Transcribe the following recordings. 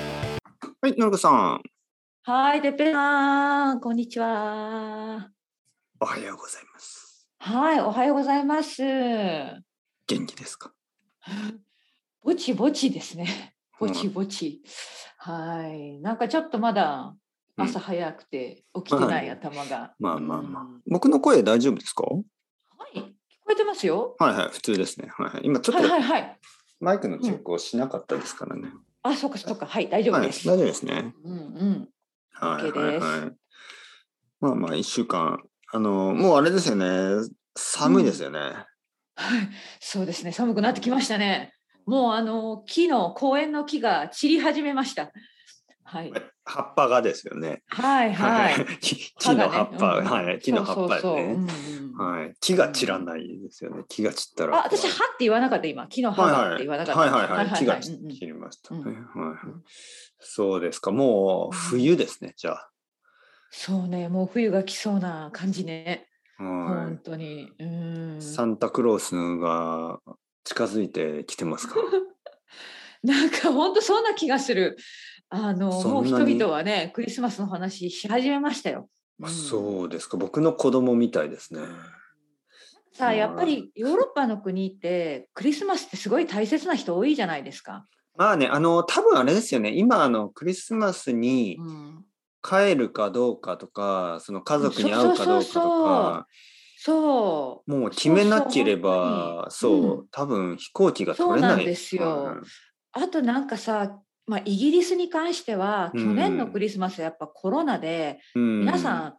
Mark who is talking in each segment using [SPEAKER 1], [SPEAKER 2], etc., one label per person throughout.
[SPEAKER 1] はい、のりこさん。
[SPEAKER 2] はい、てっぺんさん、こんにちは。
[SPEAKER 1] おはようございます。
[SPEAKER 2] はい、おはようございます。
[SPEAKER 1] 元気ですか。
[SPEAKER 2] ぼちぼちですね。 ぼちぼち。うん、はい、なんかちょっとまだ朝早くて起きてない、うん、頭が。、
[SPEAKER 1] まあまあまあ、うん、僕の声大丈夫ですか。はい
[SPEAKER 2] 聞こえてますよ。
[SPEAKER 1] はいはい、普通ですね。はいはい、今ちょっと。はいはい。マイクのチェックをしなかったですからね。
[SPEAKER 2] あ、そうか、そうか、はい、大丈夫です。
[SPEAKER 1] はい、大丈夫ですね。
[SPEAKER 2] うん、うん。
[SPEAKER 1] はい、はい、はい。まあ、まあ、一週間、あの、もうあれですよね。寒いですよね、うん。
[SPEAKER 2] はい、そうですね。寒くなってきましたね。もう、あの、木の公園の木が散り始めました。はい。
[SPEAKER 1] 葉っぱがですよね。
[SPEAKER 2] はい、はい。
[SPEAKER 1] 木の葉っぱ、はい、木の葉っぱですね。はい、木が散らないですよね。木が散ったら。
[SPEAKER 2] あ、私葉って言わなかった今。木の葉って言わなかった。はい
[SPEAKER 1] はいはい。木が散りました。はい。そうですか。もう冬ですね。じゃあ。
[SPEAKER 2] そうね。もう冬が来そうな感じね。本当に。
[SPEAKER 1] サンタクロースが近づいてきてます か。
[SPEAKER 2] なんか本当そんな気がする。あのもう人々はねクリスマスの話し始めましたよ。
[SPEAKER 1] うん、そうですか僕の子供みたいですね。
[SPEAKER 2] さあやっぱりヨーロッパの国ってクリスマスってすごい大切な人多いじゃないですか。
[SPEAKER 1] まあねあの多分あれですよね今あのクリスマスに帰るかどうかとか、その家族に会うかどうかとか。
[SPEAKER 2] そう
[SPEAKER 1] もう決めなければそう多分飛行機が取れない
[SPEAKER 2] ですよ、うん、あとなんかさまあ、イギリスに関しては去年のクリスマスやっぱコロナで、皆さん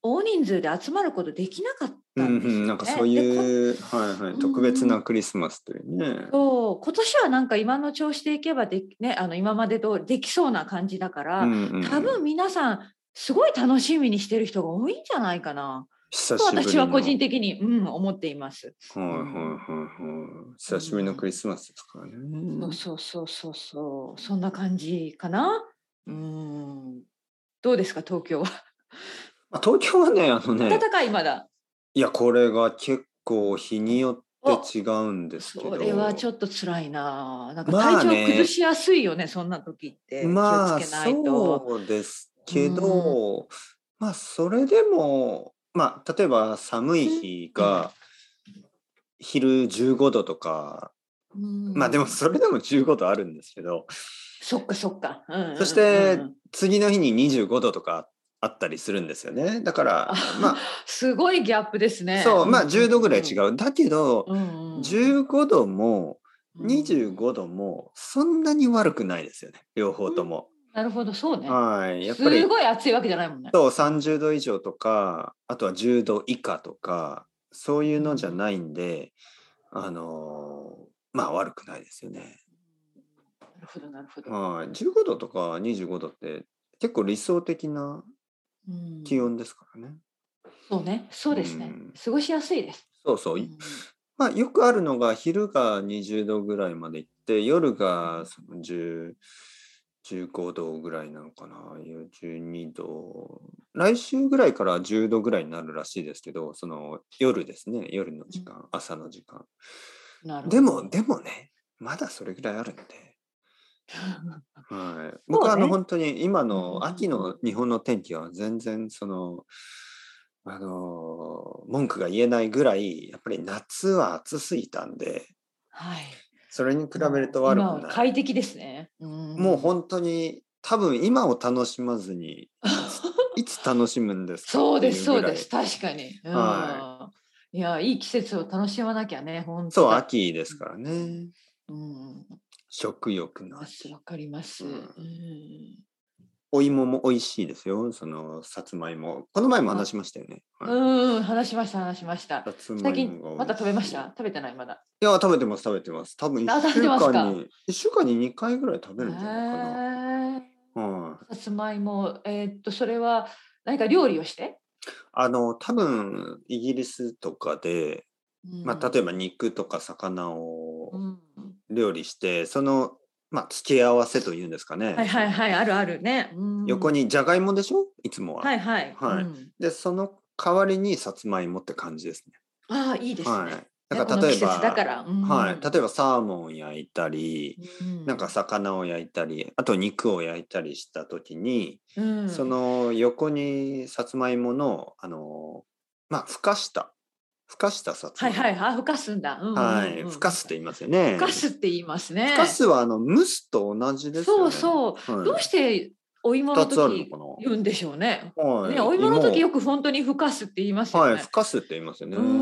[SPEAKER 2] 大人数で集まることできなかったんですよ、ね、うんうん、、
[SPEAKER 1] なんかそういう、はいはい、特別なクリスマスというね。うん
[SPEAKER 2] そう今年はなんか今の調子でいけばで、ね、あの今まで通りできそうな感じだから、うんうん、多分皆さんすごい楽しみにしてる人が多いんじゃないかな。
[SPEAKER 1] 久しぶり
[SPEAKER 2] 私は個人的に、うん、思っています。
[SPEAKER 1] はいはいはいはい。久しぶりのクリスマスですからね。
[SPEAKER 2] うん、そうそうそうそうそんな感じかな。うん。どうですか東京は。
[SPEAKER 1] 東京はねあのね。
[SPEAKER 2] 暖かいまだ。
[SPEAKER 1] いやこれが結構日によって違うんですけど。
[SPEAKER 2] それはちょっと辛いな。なんか体調崩しやすいよね、ね、そんな時って。
[SPEAKER 1] まあそうですけど、うん、まあそれでも。まあ、例えば寒い日が昼15度とか、うん、まあでもそれでも15度あるんですけど
[SPEAKER 2] そっかそっか、
[SPEAKER 1] そして次の日に25度とかあったりするんですよねだからま あ
[SPEAKER 2] すごいギャップですね
[SPEAKER 1] そうまあ10度ぐらい違う、だけど、うん、15度も25度もそんなに悪くないですよね両方とも。うん
[SPEAKER 2] なるほど、そうね。
[SPEAKER 1] はい、
[SPEAKER 2] やっぱり。すごい暑いわけじゃないもんね。
[SPEAKER 1] そう、三十度以上とか、あとは十度以下とか、そういうのじゃないんで。あのー、まあ、悪くないですよ
[SPEAKER 2] ね。なるほど、なるほど。
[SPEAKER 1] はい、十五度とか二十五度って、結構理想的な気温ですからね。
[SPEAKER 2] うん、そうね、そうですね、うん、過ごしやすいです。
[SPEAKER 1] そうそう。うんまあ、よくあるのが昼が20度ぐらいまで行って夜がその10、15度ぐらいなのかな12度来週ぐらいから10度ぐらいになるらしいですけどその夜ですね夜の時間、うん、朝の時間でもでもねまだそれぐらいあるんで、 はい、僕はあの、ね、本当に今の秋の日本の天気は全然そのあの文句が言えないぐらいやっぱり夏は暑すぎたんで、
[SPEAKER 2] はい、
[SPEAKER 1] それに比べると悪くない。
[SPEAKER 2] 快適ですね。
[SPEAKER 1] うもう本当に多分今を楽しまず にいつ楽しむんですか
[SPEAKER 2] そうですそうです確かに。はい。いやいい季節を楽しまなきゃね本当。
[SPEAKER 1] そう秋ですからね。
[SPEAKER 2] うん。
[SPEAKER 1] 食欲の
[SPEAKER 2] 秋。わかります。うん。
[SPEAKER 1] お芋も美味しいですよ。そのさつまいも。この前も話しましたよね。
[SPEAKER 2] はい、うん、話しました、話しました。最近また食べました。食べてないまだ。、
[SPEAKER 1] いや、食べてます、食べてます。多分一週間に一週間に二回ぐらい食べるんじゃないかな。はい
[SPEAKER 2] さつまいも、えー、っとそれは何か料理をして？
[SPEAKER 1] あの多分イギリスとかで、うん、まあ例えば肉とか魚を料理して、うん、そのまあ、付け合わせというんですかね。
[SPEAKER 2] はいはいはい、あるあるね。
[SPEAKER 1] 横にじゃがいもでしょいつもは。
[SPEAKER 2] はいはい。
[SPEAKER 1] はい。で、その代わりにさつまいもって感じですね。
[SPEAKER 2] ああ、いいですね。はい。
[SPEAKER 1] なんか
[SPEAKER 2] この
[SPEAKER 1] 例え
[SPEAKER 2] 季節
[SPEAKER 1] ば、
[SPEAKER 2] だから、うん
[SPEAKER 1] はい、例えばサーモン焼いたり、
[SPEAKER 2] うん
[SPEAKER 1] なんか魚を焼いたりあと肉を焼いたりした時に、
[SPEAKER 2] うん
[SPEAKER 1] その横にさつまいものあのまあふかしたふかしたさつま
[SPEAKER 2] は
[SPEAKER 1] い
[SPEAKER 2] い
[SPEAKER 1] も
[SPEAKER 2] はいはいふかすんだ、うんうんうん
[SPEAKER 1] はいふかすって言いますよね
[SPEAKER 2] ふかすって言いますね
[SPEAKER 1] ふかすはあの蒸すと同じですよ
[SPEAKER 2] そ
[SPEAKER 1] ね
[SPEAKER 2] うそう、
[SPEAKER 1] う、はい、
[SPEAKER 2] どうしてお芋の
[SPEAKER 1] 二つある
[SPEAKER 2] 時
[SPEAKER 1] のか
[SPEAKER 2] 言うんでしょうね
[SPEAKER 1] な、はい
[SPEAKER 2] ねお芋の時よ
[SPEAKER 1] く
[SPEAKER 2] く本当にふかすって言いますよ
[SPEAKER 1] はい
[SPEAKER 2] ね、
[SPEAKER 1] ふかすって言いますよね、
[SPEAKER 2] うんう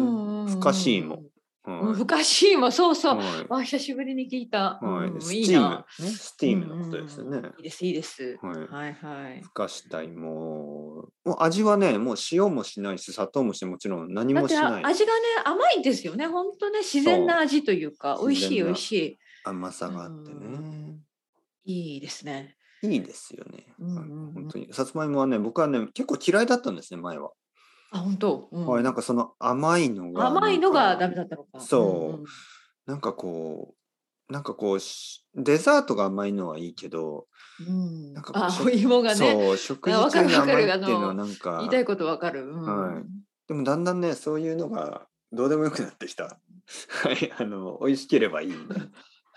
[SPEAKER 2] んうん
[SPEAKER 1] ふかしいも
[SPEAKER 2] うん
[SPEAKER 1] は
[SPEAKER 2] ふかしいもそう
[SPEAKER 1] い
[SPEAKER 2] そう、
[SPEAKER 1] はい
[SPEAKER 2] あ久しぶりに聞いた、
[SPEAKER 1] はい
[SPEAKER 2] うん
[SPEAKER 1] ス
[SPEAKER 2] い
[SPEAKER 1] チ
[SPEAKER 2] い
[SPEAKER 1] ーム
[SPEAKER 2] な
[SPEAKER 1] ねスチームのことですよね、
[SPEAKER 2] うんうんいいですいいです、
[SPEAKER 1] はい
[SPEAKER 2] はいはい
[SPEAKER 1] ふかした芋もう味はねもう塩もしないし砂糖もしてもちろん何
[SPEAKER 2] だ
[SPEAKER 1] も
[SPEAKER 2] っ
[SPEAKER 1] して
[SPEAKER 2] あ
[SPEAKER 1] ない
[SPEAKER 2] 味がね甘いんですよね本当ね自然な味というか
[SPEAKER 1] そう
[SPEAKER 2] 美味しい
[SPEAKER 1] 自然
[SPEAKER 2] 美
[SPEAKER 1] な
[SPEAKER 2] 味し
[SPEAKER 1] 甘さがあってね
[SPEAKER 2] いいいですね
[SPEAKER 1] いいですよね、
[SPEAKER 2] うんうんうん
[SPEAKER 1] 本当にさつまいもはね僕はね結構嫌いだったんですね前は、
[SPEAKER 2] あ本当、うん
[SPEAKER 1] はいなんかその甘いのが
[SPEAKER 2] 甘いのが
[SPEAKER 1] な
[SPEAKER 2] ダ
[SPEAKER 1] ん
[SPEAKER 2] メ
[SPEAKER 1] か
[SPEAKER 2] だったのか
[SPEAKER 1] そうん
[SPEAKER 2] ん
[SPEAKER 1] なんかこうなんかこうしデザートが甘いのはいいけど、
[SPEAKER 2] うん
[SPEAKER 1] なんかこう
[SPEAKER 2] あ
[SPEAKER 1] 食
[SPEAKER 2] お芋がね
[SPEAKER 1] そう食
[SPEAKER 2] いや
[SPEAKER 1] 事
[SPEAKER 2] わ
[SPEAKER 1] 中
[SPEAKER 2] かる
[SPEAKER 1] に
[SPEAKER 2] わか
[SPEAKER 1] 甘い
[SPEAKER 2] る
[SPEAKER 1] っていうのは
[SPEAKER 2] あ
[SPEAKER 1] なんか
[SPEAKER 2] 言いたいことわかる、うん
[SPEAKER 1] はいでもだんだんねそういうのがどうでもよくなってきたはいあの美味しければいいみたいな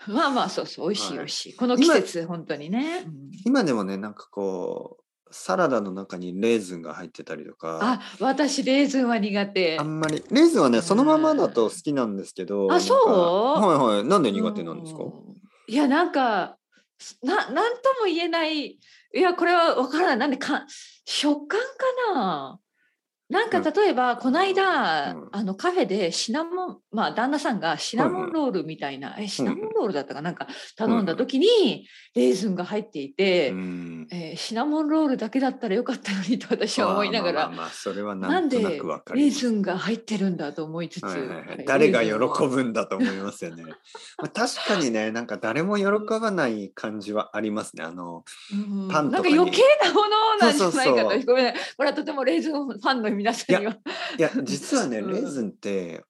[SPEAKER 2] まあまあそうそう美味しい
[SPEAKER 1] はい
[SPEAKER 2] 美味しい、この季節本当にね、うん
[SPEAKER 1] 今でもねなんかこうサラダの中にレーズンが入ってたりとか
[SPEAKER 2] あ私レーズンは苦手
[SPEAKER 1] あんまりレーズンは
[SPEAKER 2] う
[SPEAKER 1] ね
[SPEAKER 2] ん
[SPEAKER 1] そのままだと好きなんですけど
[SPEAKER 2] あそう
[SPEAKER 1] なんかはいはいなんで苦手なんですか
[SPEAKER 2] うんいやなんかななんとも言えないいやこれはわからないなんでか食感かななんか
[SPEAKER 1] うん
[SPEAKER 2] 例えば、この間、
[SPEAKER 1] うん
[SPEAKER 2] あのカフェでシナモンまあ旦那さんがシナモンロールみたいな、えシナモンロールだったかなんか頼んだ時にレーズンが入っていて、
[SPEAKER 1] うん
[SPEAKER 2] えーシナモンロールだけだったらよかったのにと私は思いなが
[SPEAKER 1] まあ
[SPEAKER 2] ら
[SPEAKER 1] まあまあそれはな
[SPEAKER 2] なんん
[SPEAKER 1] と
[SPEAKER 2] で
[SPEAKER 1] な
[SPEAKER 2] レ
[SPEAKER 1] くわかり
[SPEAKER 2] ー
[SPEAKER 1] ます
[SPEAKER 2] ズンが入ってるんだと思いつつ、
[SPEAKER 1] はいはいは
[SPEAKER 2] はいい
[SPEAKER 1] 誰が
[SPEAKER 2] レーズンを
[SPEAKER 1] 喜ぶんだと思いますよね。 まあ確かにね、なんか誰も喜ばない感じはありますね。あの、
[SPEAKER 2] うん
[SPEAKER 1] パンと
[SPEAKER 2] な
[SPEAKER 1] か
[SPEAKER 2] んか
[SPEAKER 1] に
[SPEAKER 2] 余計なものなんじゃないかと
[SPEAKER 1] そうそうそう
[SPEAKER 2] ごめんなさいこれはとてもレーズンファンの皆さんにはい
[SPEAKER 1] や、実はね、レ
[SPEAKER 2] うん
[SPEAKER 1] ーズンって、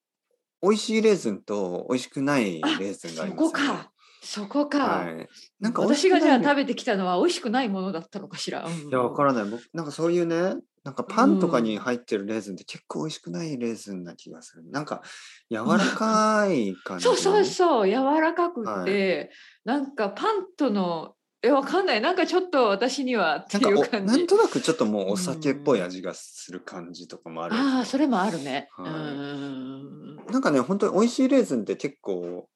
[SPEAKER 1] 美味しいレーズンと美味しくないレーズンがありま
[SPEAKER 2] そ
[SPEAKER 1] す、ね。
[SPEAKER 2] こかそこか、
[SPEAKER 1] はい。なんか
[SPEAKER 2] 私がじゃあ食
[SPEAKER 1] べ
[SPEAKER 2] べてきたのは美味しくないものだったのかしら、うん
[SPEAKER 1] いや、わからない。僕、なんかそういうね、なんかパンとかに入ってるレーズンって結構美味しくないレーズンな気がする。なんか柔らかい感じ。
[SPEAKER 2] そうそうそう柔らかくて、なんかパンとのえわかんないなんかちょっと私にはって
[SPEAKER 1] ないんか
[SPEAKER 2] う
[SPEAKER 1] お
[SPEAKER 2] 感
[SPEAKER 1] なん
[SPEAKER 2] じ
[SPEAKER 1] となくちょっともうお酒っぽい味がする感じとかもある。
[SPEAKER 2] ああそれもあるね、
[SPEAKER 1] はい
[SPEAKER 2] うん
[SPEAKER 1] なんかね、本当に美味しいレーズンって結構、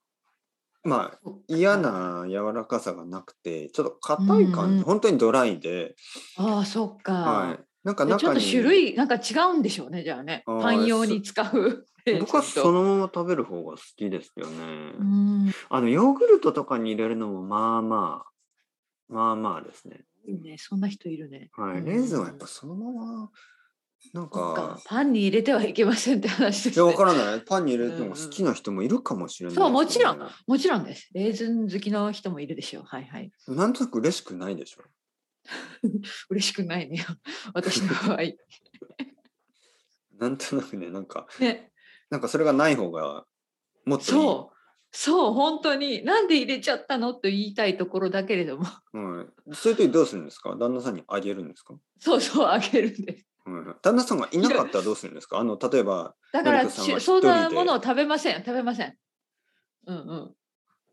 [SPEAKER 1] まあ、嫌な柔らかさがなくて、ちょっと硬い
[SPEAKER 2] うん
[SPEAKER 1] 感
[SPEAKER 2] うん
[SPEAKER 1] じ、本当にドライで、
[SPEAKER 2] ああそっか、
[SPEAKER 1] はい。なんか
[SPEAKER 2] でちょ
[SPEAKER 1] 中
[SPEAKER 2] っと
[SPEAKER 1] に、
[SPEAKER 2] 種類なんか違うんでしょうねじゃあね
[SPEAKER 1] あー
[SPEAKER 2] パン用に使う
[SPEAKER 1] 僕は
[SPEAKER 2] ちょっ
[SPEAKER 1] そ
[SPEAKER 2] と
[SPEAKER 1] のまま食べる方が好きですよね。
[SPEAKER 2] うん
[SPEAKER 1] あの、ヨーグルトとかに入れるのも、まあまあ、まあまあですね。
[SPEAKER 2] いいね、そんな人いるね。
[SPEAKER 1] は
[SPEAKER 2] う
[SPEAKER 1] い。
[SPEAKER 2] ん
[SPEAKER 1] レーズンはやっぱそのまま、なん
[SPEAKER 2] そっ
[SPEAKER 1] か
[SPEAKER 2] か、パンに入れてはいけませんって話
[SPEAKER 1] い
[SPEAKER 2] で
[SPEAKER 1] や、
[SPEAKER 2] す、
[SPEAKER 1] わ
[SPEAKER 2] ね
[SPEAKER 1] か。らない。パンに入れるのが好きな人もいるかもしれない、
[SPEAKER 2] そうもちろん。もちろんです。レーズン好きの人もいるでしょう。はいはい。
[SPEAKER 1] なんとなく嬉しくないでしょ。
[SPEAKER 2] 嬉しくないね。私の 場合。
[SPEAKER 1] なんとなくね、なんか、
[SPEAKER 2] ね、
[SPEAKER 1] なんかそれがない方が、もっといい。
[SPEAKER 2] そう。そう本当になんで入れちゃったのと言いたいところだけれども
[SPEAKER 1] はい。そういう時どうするんですか旦那さんにあげるんですか、
[SPEAKER 2] そうそうあげるんです
[SPEAKER 1] うん、旦那さんがいなかったらどうするんですかあの、例えば、
[SPEAKER 2] だか
[SPEAKER 1] 成
[SPEAKER 2] ら
[SPEAKER 1] 田さんは
[SPEAKER 2] ち
[SPEAKER 1] 一人
[SPEAKER 2] そん
[SPEAKER 1] で
[SPEAKER 2] なものを食べません食べませんうんうん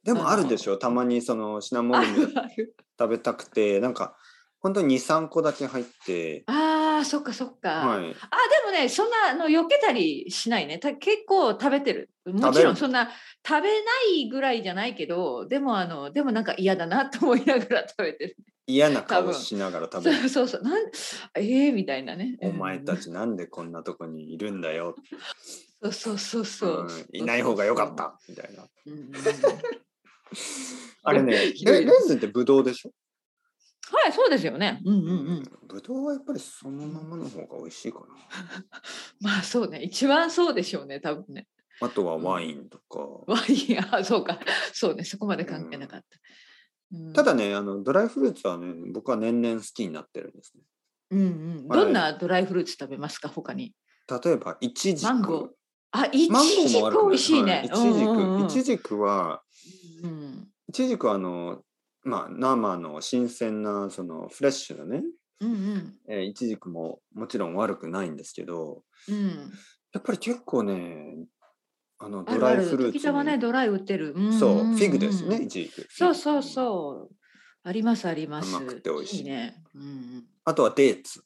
[SPEAKER 1] でもあるでしょたまにそのシナモ
[SPEAKER 2] あ
[SPEAKER 1] ン
[SPEAKER 2] る
[SPEAKER 1] に
[SPEAKER 2] ある
[SPEAKER 1] 食べたくて、なんか、本当に2、3個だけ入って、
[SPEAKER 2] あーそっかそっか、
[SPEAKER 1] はい。
[SPEAKER 2] あでもねそんなあの避けたりしないねた結構食べてるもちろんそんな食べないぐらいじゃないけどでもあのでもなんか嫌だなと思いながら食べてる
[SPEAKER 1] 嫌な
[SPEAKER 2] 多
[SPEAKER 1] 顔
[SPEAKER 2] 分
[SPEAKER 1] しながら食べる。
[SPEAKER 2] そうそうそうなんええみたいなね
[SPEAKER 1] お前た
[SPEAKER 2] ち
[SPEAKER 1] ちなんでこんなとこにいるんだよ。
[SPEAKER 2] そうそうそうそう、
[SPEAKER 1] うんいない方がよかった。みたいな。
[SPEAKER 2] うんうんうん、
[SPEAKER 1] あれね、レ
[SPEAKER 2] ひどい
[SPEAKER 1] レーズンってブドウでしょ
[SPEAKER 2] はいそうですよねうんうんうん
[SPEAKER 1] ブドウはやっぱりそのままの方が美味しいかな。
[SPEAKER 2] まあそうね一番そうでしょうね多分ね
[SPEAKER 1] あとはワインとか。
[SPEAKER 2] ワインあ そうかそうねそこまで関係なかった、うん
[SPEAKER 1] ただね、あのドライフルーツはね、僕は年々好きになってるんですね。
[SPEAKER 2] うんうんどんなドライフルーツ食べますか他に
[SPEAKER 1] 例えば、イチジク。
[SPEAKER 2] マンゴーあ、いち
[SPEAKER 1] マンゴ
[SPEAKER 2] じ
[SPEAKER 1] ーも悪く
[SPEAKER 2] く
[SPEAKER 1] な
[SPEAKER 2] 美味しい
[SPEAKER 1] はイ
[SPEAKER 2] ね。
[SPEAKER 1] チジ
[SPEAKER 2] うんうんう
[SPEAKER 1] ク。
[SPEAKER 2] ん
[SPEAKER 1] イチジクは、
[SPEAKER 2] うん
[SPEAKER 1] イチジクはあの、まあ、生の新鮮な、そのフレッシュなね、
[SPEAKER 2] うんうん
[SPEAKER 1] えーイチジクももちろん悪くないんですけど、
[SPEAKER 2] うん。
[SPEAKER 1] やっぱり結構ね、あの
[SPEAKER 2] あ
[SPEAKER 1] ド
[SPEAKER 2] るあ
[SPEAKER 1] ライ
[SPEAKER 2] る
[SPEAKER 1] フルーツ
[SPEAKER 2] 時たまね
[SPEAKER 1] に。
[SPEAKER 2] ドライ売ってる、ん
[SPEAKER 1] そう、フ
[SPEAKER 2] んん
[SPEAKER 1] ィグですね、一軸。
[SPEAKER 2] そうそうそうありますあります
[SPEAKER 1] 甘くて美味しい
[SPEAKER 2] ね、うんうん、
[SPEAKER 1] あとはデーツ。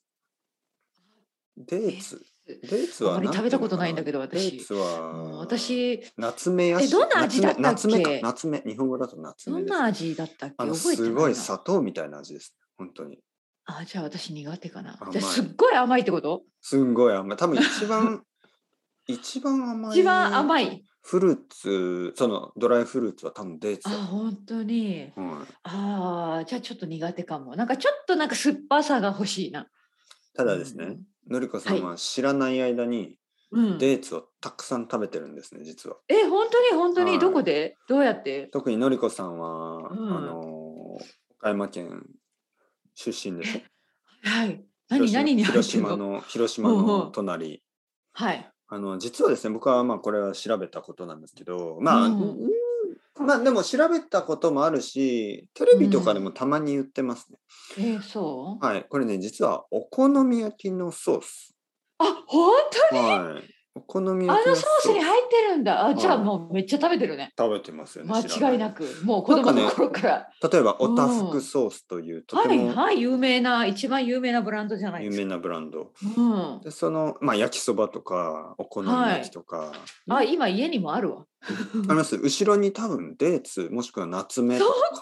[SPEAKER 1] デーツ。
[SPEAKER 2] デー
[SPEAKER 1] デーツは
[SPEAKER 2] あまり
[SPEAKER 1] んて
[SPEAKER 2] 食べたことないんだけど
[SPEAKER 1] うのかデ
[SPEAKER 2] 私
[SPEAKER 1] ーツ
[SPEAKER 2] も
[SPEAKER 1] は
[SPEAKER 2] う。私
[SPEAKER 1] 夏目やし
[SPEAKER 2] えどんな味だったっけ
[SPEAKER 1] 夏目夏目か夏目日本語だと夏
[SPEAKER 2] ど
[SPEAKER 1] 目
[SPEAKER 2] ん
[SPEAKER 1] です
[SPEAKER 2] な味だったっけ
[SPEAKER 1] あの
[SPEAKER 2] 覚えてない
[SPEAKER 1] す
[SPEAKER 2] な
[SPEAKER 1] ごい砂糖みたいな味です本当に
[SPEAKER 2] あじゃあ私苦手かな
[SPEAKER 1] 甘い
[SPEAKER 2] 私すっごい甘いってこと
[SPEAKER 1] すんごい甘い多分一番一番甘い
[SPEAKER 2] 一番甘い
[SPEAKER 1] フルーツそのドライフルーツは多分デーツ
[SPEAKER 2] あ
[SPEAKER 1] だ
[SPEAKER 2] 本当に
[SPEAKER 1] うん、
[SPEAKER 2] あーじゃあちょっと苦手かもなんかちょっとなんか酸っぱさが欲しいな
[SPEAKER 1] ただですね、のりこさんは知らない間に
[SPEAKER 2] うん、うん
[SPEAKER 1] デーツをたくさん食べてるんですね実は
[SPEAKER 2] え本当に本当
[SPEAKER 1] は
[SPEAKER 2] に
[SPEAKER 1] い
[SPEAKER 2] どこでどうやって
[SPEAKER 1] 特にのりこさんは、
[SPEAKER 2] うん
[SPEAKER 1] あの岡山県出身です
[SPEAKER 2] はい何何に入っ
[SPEAKER 1] 広
[SPEAKER 2] てる
[SPEAKER 1] 島
[SPEAKER 2] の
[SPEAKER 1] の広島
[SPEAKER 2] うんう
[SPEAKER 1] の
[SPEAKER 2] ん
[SPEAKER 1] 隣、
[SPEAKER 2] はい
[SPEAKER 1] あの実はですね僕はまあこれは調べたことなんですけどまあ、
[SPEAKER 2] うん
[SPEAKER 1] うんまあでも調べたこともあるしテレビとかでもたまに言ってますね、
[SPEAKER 2] えーそう
[SPEAKER 1] はいこれね実はお好み焼きのソース
[SPEAKER 2] あ本
[SPEAKER 1] はいお好み
[SPEAKER 2] 当に
[SPEAKER 1] 焼
[SPEAKER 2] あ
[SPEAKER 1] き
[SPEAKER 2] の
[SPEAKER 1] の
[SPEAKER 2] ソ
[SPEAKER 1] ソ
[SPEAKER 2] ー
[SPEAKER 1] ー
[SPEAKER 2] ス
[SPEAKER 1] ス
[SPEAKER 2] に入ってるんだあじゃあ
[SPEAKER 1] はい
[SPEAKER 2] もうめっちゃ食べてるね
[SPEAKER 1] 食べてますよね
[SPEAKER 2] 間違いな
[SPEAKER 1] く
[SPEAKER 2] くもう子
[SPEAKER 1] な
[SPEAKER 2] 供
[SPEAKER 1] んかね
[SPEAKER 2] の頃から
[SPEAKER 1] 例えばおたふくソースというと
[SPEAKER 2] は
[SPEAKER 1] て
[SPEAKER 2] い
[SPEAKER 1] も
[SPEAKER 2] はい有名な一番有名なブランドじゃない
[SPEAKER 1] 有
[SPEAKER 2] ですか
[SPEAKER 1] 名なブランド
[SPEAKER 2] うん
[SPEAKER 1] でそのまあ焼きそばとかお好み焼きとか、
[SPEAKER 2] あ今家にもあるわ
[SPEAKER 1] あります後ろに多分デーツもしくは夏目とか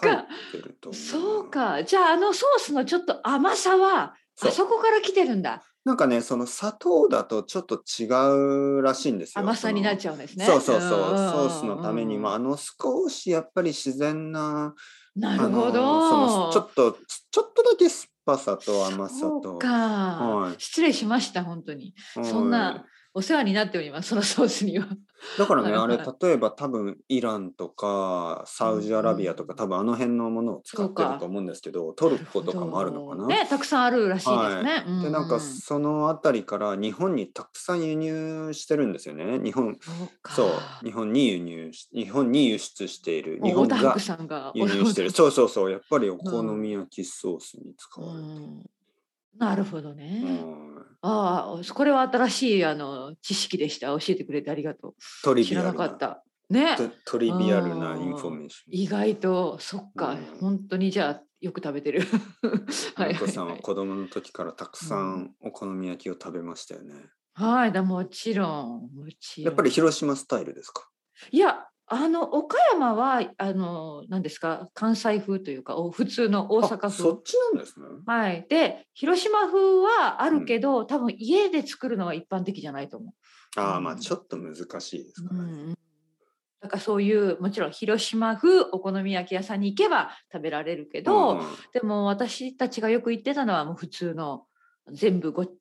[SPEAKER 1] 書いてると思
[SPEAKER 2] そうかじゃああのソースのちょっと甘さは
[SPEAKER 1] そう
[SPEAKER 2] あそこから来てるんだ
[SPEAKER 1] なんかねその砂糖だとちょっと違うらしいんですよ
[SPEAKER 2] 甘さになっちゃうんですね
[SPEAKER 1] そのそうそうそう、
[SPEAKER 2] んんん
[SPEAKER 1] ソースのためにもあの少しやっぱり自然な
[SPEAKER 2] なるほ
[SPEAKER 1] あ
[SPEAKER 2] ど、
[SPEAKER 1] のそのちょっとちょっとだけ酸っぱさと甘さ
[SPEAKER 2] そ
[SPEAKER 1] と
[SPEAKER 2] うか、
[SPEAKER 1] はい
[SPEAKER 2] 失礼しました本当にそん
[SPEAKER 1] はい
[SPEAKER 2] なお世話になっておりますそのソースには
[SPEAKER 1] だからね
[SPEAKER 2] はい
[SPEAKER 1] あれ
[SPEAKER 2] は
[SPEAKER 1] 例えば多分イランとかサウジアラビアとか、
[SPEAKER 2] うん
[SPEAKER 1] 多分あの辺のものを使って
[SPEAKER 2] そう
[SPEAKER 1] る
[SPEAKER 2] か
[SPEAKER 1] と思うんですけどトルコとかもあるのかな。
[SPEAKER 2] ねたくさんあるらしいですね、うう
[SPEAKER 1] でなんかその辺りから日本にたくさん輸入してるんですよね日本
[SPEAKER 2] そうか
[SPEAKER 1] そう日本に輸入し日本に輸出している日
[SPEAKER 2] お
[SPEAKER 1] 本
[SPEAKER 2] オタフ
[SPEAKER 1] が
[SPEAKER 2] クさんが
[SPEAKER 1] 輸入してるそうそうそうやっぱりお好み焼きソースに使
[SPEAKER 2] う
[SPEAKER 1] われて
[SPEAKER 2] んなるほどね、
[SPEAKER 1] る、うん
[SPEAKER 2] ああこれは新しいあの知識でした教えてくれてありがと
[SPEAKER 1] ト
[SPEAKER 2] う
[SPEAKER 1] リ
[SPEAKER 2] 知
[SPEAKER 1] ビ
[SPEAKER 2] ら
[SPEAKER 1] ア
[SPEAKER 2] な
[SPEAKER 1] ル
[SPEAKER 2] か
[SPEAKER 1] な
[SPEAKER 2] ったね
[SPEAKER 1] トトリビアルなインフォメーション
[SPEAKER 2] 意外とそっ
[SPEAKER 1] う
[SPEAKER 2] か、
[SPEAKER 1] ん
[SPEAKER 2] 本当にじゃあよく食べてる は
[SPEAKER 1] の
[SPEAKER 2] いは
[SPEAKER 1] こ
[SPEAKER 2] い
[SPEAKER 1] さん
[SPEAKER 2] は
[SPEAKER 1] はい子供の時からたくさんお好み焼きを食べましたよね、
[SPEAKER 2] はいだもちろんもちろん
[SPEAKER 1] やっぱり広島スタイルですか
[SPEAKER 2] いやあの岡山はあの何ですか関西風というかお普通の大阪
[SPEAKER 1] あそ
[SPEAKER 2] 風
[SPEAKER 1] っちなんですね
[SPEAKER 2] はいで広島風はあるけど、多分家で作るのは一般的じゃないと思う
[SPEAKER 1] ああまあちょっと難しいですか
[SPEAKER 2] う
[SPEAKER 1] らね、
[SPEAKER 2] んうんだからそういうもちろん広島風お好み焼き屋さんに行けば食べられるけ
[SPEAKER 1] う
[SPEAKER 2] ど、
[SPEAKER 1] んうん
[SPEAKER 2] でも私たちがよく行ってたのはもう普通の全部ごっ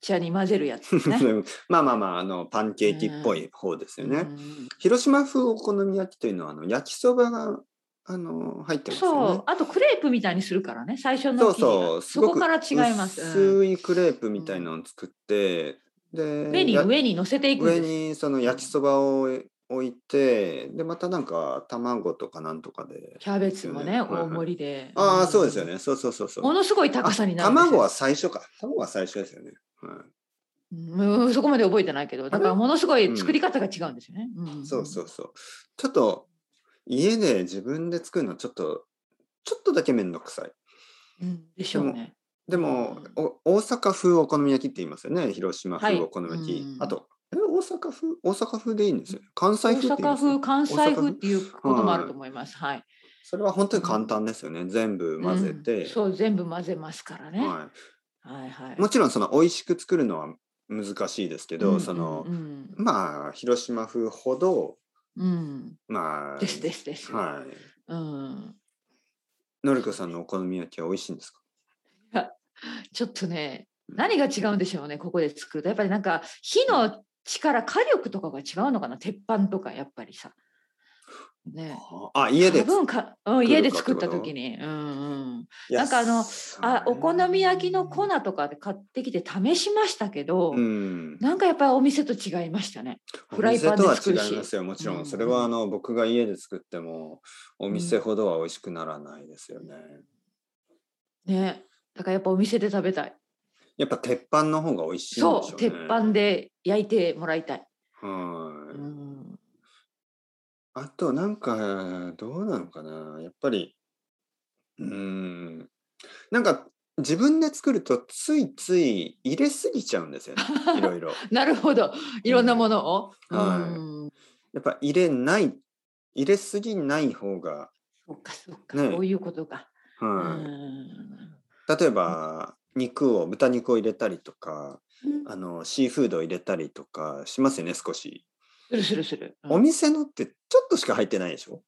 [SPEAKER 2] ちゃに混ぜるやつ ですね。
[SPEAKER 1] まあまあまああのパンケーキっぽい方ですよね。
[SPEAKER 2] うん
[SPEAKER 1] 広島風お好み焼きというのはあの焼きそばがあの入ってます
[SPEAKER 2] そ
[SPEAKER 1] よ
[SPEAKER 2] う、
[SPEAKER 1] ね。
[SPEAKER 2] あとクレープみたいにするからね最初の
[SPEAKER 1] そうそ
[SPEAKER 2] 生地が
[SPEAKER 1] う。す
[SPEAKER 2] そ
[SPEAKER 1] ご
[SPEAKER 2] こ
[SPEAKER 1] く
[SPEAKER 2] から違います。うん
[SPEAKER 1] 薄いクレープみたいなのを作って、で
[SPEAKER 2] 上に
[SPEAKER 1] や
[SPEAKER 2] 上に乗せていくん
[SPEAKER 1] 上
[SPEAKER 2] です。
[SPEAKER 1] にその焼きそばを置いて、でまたなんか卵とかなんとかで。
[SPEAKER 2] キャベツもね、
[SPEAKER 1] はいはい
[SPEAKER 2] 大盛りで。
[SPEAKER 1] ああ
[SPEAKER 2] ん
[SPEAKER 1] そうですよ。ね。そうそうそうそう。
[SPEAKER 2] ものすごい高さにな
[SPEAKER 1] あ
[SPEAKER 2] るんですよ
[SPEAKER 1] 卵は最初か。卵は最初ですよね。はい
[SPEAKER 2] うんそこまで覚えてないけど、だからものすごい作り方が違うんですよね。ん
[SPEAKER 1] そうそうそう。ちょっと家で自分で作るのはちょっとちょっとだけめんどくさい。
[SPEAKER 2] うんでしょうね。
[SPEAKER 1] でも、
[SPEAKER 2] う
[SPEAKER 1] お大阪風お好み焼きって言いますよね。広島
[SPEAKER 2] は
[SPEAKER 1] 風
[SPEAKER 2] い
[SPEAKER 1] お好み焼き。
[SPEAKER 2] うん
[SPEAKER 1] あとえ大阪風大阪風でいいんですよね。関
[SPEAKER 2] 大
[SPEAKER 1] 西風って言い
[SPEAKER 2] 阪
[SPEAKER 1] ますよ
[SPEAKER 2] 風、関西
[SPEAKER 1] 大阪風
[SPEAKER 2] 風っていうこともあると思います。はい。
[SPEAKER 1] それは本当に簡単ですよね。全部混ぜて
[SPEAKER 2] うん、そう、全部混ぜますからね。
[SPEAKER 1] は
[SPEAKER 2] はいはい
[SPEAKER 1] い。。もちろんその美味しく作るのは難しいですけど、
[SPEAKER 2] うん
[SPEAKER 1] その
[SPEAKER 2] うん
[SPEAKER 1] まあ広島風ほど
[SPEAKER 2] うん、
[SPEAKER 1] まあ
[SPEAKER 2] ですですです。
[SPEAKER 1] はい。
[SPEAKER 2] うん、
[SPEAKER 1] のりこさんのお好み焼きは美味しいんですか。
[SPEAKER 2] ちょっとね、何が違うんでしょうね、ここで作ると。やっぱりなんか火の力、火力とかが違うのかな、鉄板とかやっぱりさ。ね。
[SPEAKER 1] あ家で
[SPEAKER 2] 多分か、う
[SPEAKER 1] 作
[SPEAKER 2] ん、
[SPEAKER 1] る
[SPEAKER 2] 家で
[SPEAKER 1] かって
[SPEAKER 2] 作った
[SPEAKER 1] こと
[SPEAKER 2] 時に、うんうん、
[SPEAKER 1] いや
[SPEAKER 2] なんかあの
[SPEAKER 1] そうね
[SPEAKER 2] あお好み焼きの粉とかで買ってきて試しましたけど、
[SPEAKER 1] うん、
[SPEAKER 2] なんかやっぱりお店と違いましたね。
[SPEAKER 1] お
[SPEAKER 2] フライパンで作る
[SPEAKER 1] 店とは違
[SPEAKER 2] し
[SPEAKER 1] いますよもちろ
[SPEAKER 2] うん
[SPEAKER 1] んそれはあの僕が家で作ってもお店ほどは美味しくならないですよね、
[SPEAKER 2] ね、だからやっぱお店で食べたい。
[SPEAKER 1] やっぱ鉄板の方が美味しいんでしょう
[SPEAKER 2] そう、
[SPEAKER 1] ね
[SPEAKER 2] 鉄板で焼いてもらいたい。
[SPEAKER 1] は
[SPEAKER 2] うん
[SPEAKER 1] あとなんかどうなのかなやっぱりうーんなんか自分で作るとついつい入れすぎちゃうんですよ ねいろいろ。
[SPEAKER 2] なるほど。いろんなものを。
[SPEAKER 1] はい
[SPEAKER 2] うん
[SPEAKER 1] やっぱ入れない入れすぎない方が、
[SPEAKER 2] そうかそうか、
[SPEAKER 1] ね
[SPEAKER 2] そういうことか。う
[SPEAKER 1] は
[SPEAKER 2] ん
[SPEAKER 1] い、例えば肉を豚肉を入れたりとかあのシーフードを入れたりとかしますよね少し。
[SPEAKER 2] するするする。うん
[SPEAKER 1] お店のってちょっとしか入ってないでしょ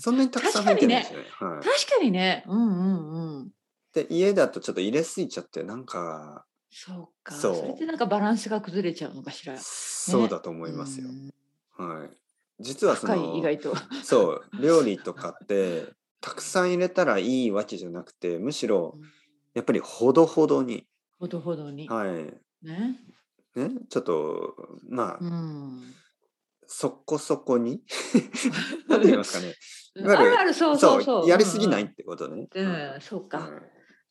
[SPEAKER 1] そんなにたくさん入ってないですよね。はい
[SPEAKER 2] 確かにね。うんうんうん。
[SPEAKER 1] で家だとちょっと入れすぎちゃってなんか
[SPEAKER 2] そうか。
[SPEAKER 1] そ
[SPEAKER 2] そうれでなんかバランスが崩れちゃうのかしら。
[SPEAKER 1] そうだと思いますよ。
[SPEAKER 2] うん
[SPEAKER 1] はい、実はそ
[SPEAKER 2] 深い意
[SPEAKER 1] の
[SPEAKER 2] 外 と。
[SPEAKER 1] そう料理とかってたくさん入れたらいいわけじゃなくてむしろやっぱりほどほどに、
[SPEAKER 2] ほどほどに。
[SPEAKER 1] はい
[SPEAKER 2] ね。
[SPEAKER 1] ね、ちょっとまあ、
[SPEAKER 2] うん。
[SPEAKER 1] そこそこ になんて言いますかねいわ
[SPEAKER 2] あ
[SPEAKER 1] ゆる
[SPEAKER 2] るあるそうそうそう。
[SPEAKER 1] やりすぎない
[SPEAKER 2] うん
[SPEAKER 1] っ
[SPEAKER 2] うん
[SPEAKER 1] てことね。
[SPEAKER 2] うん、そう
[SPEAKER 1] うん
[SPEAKER 2] か。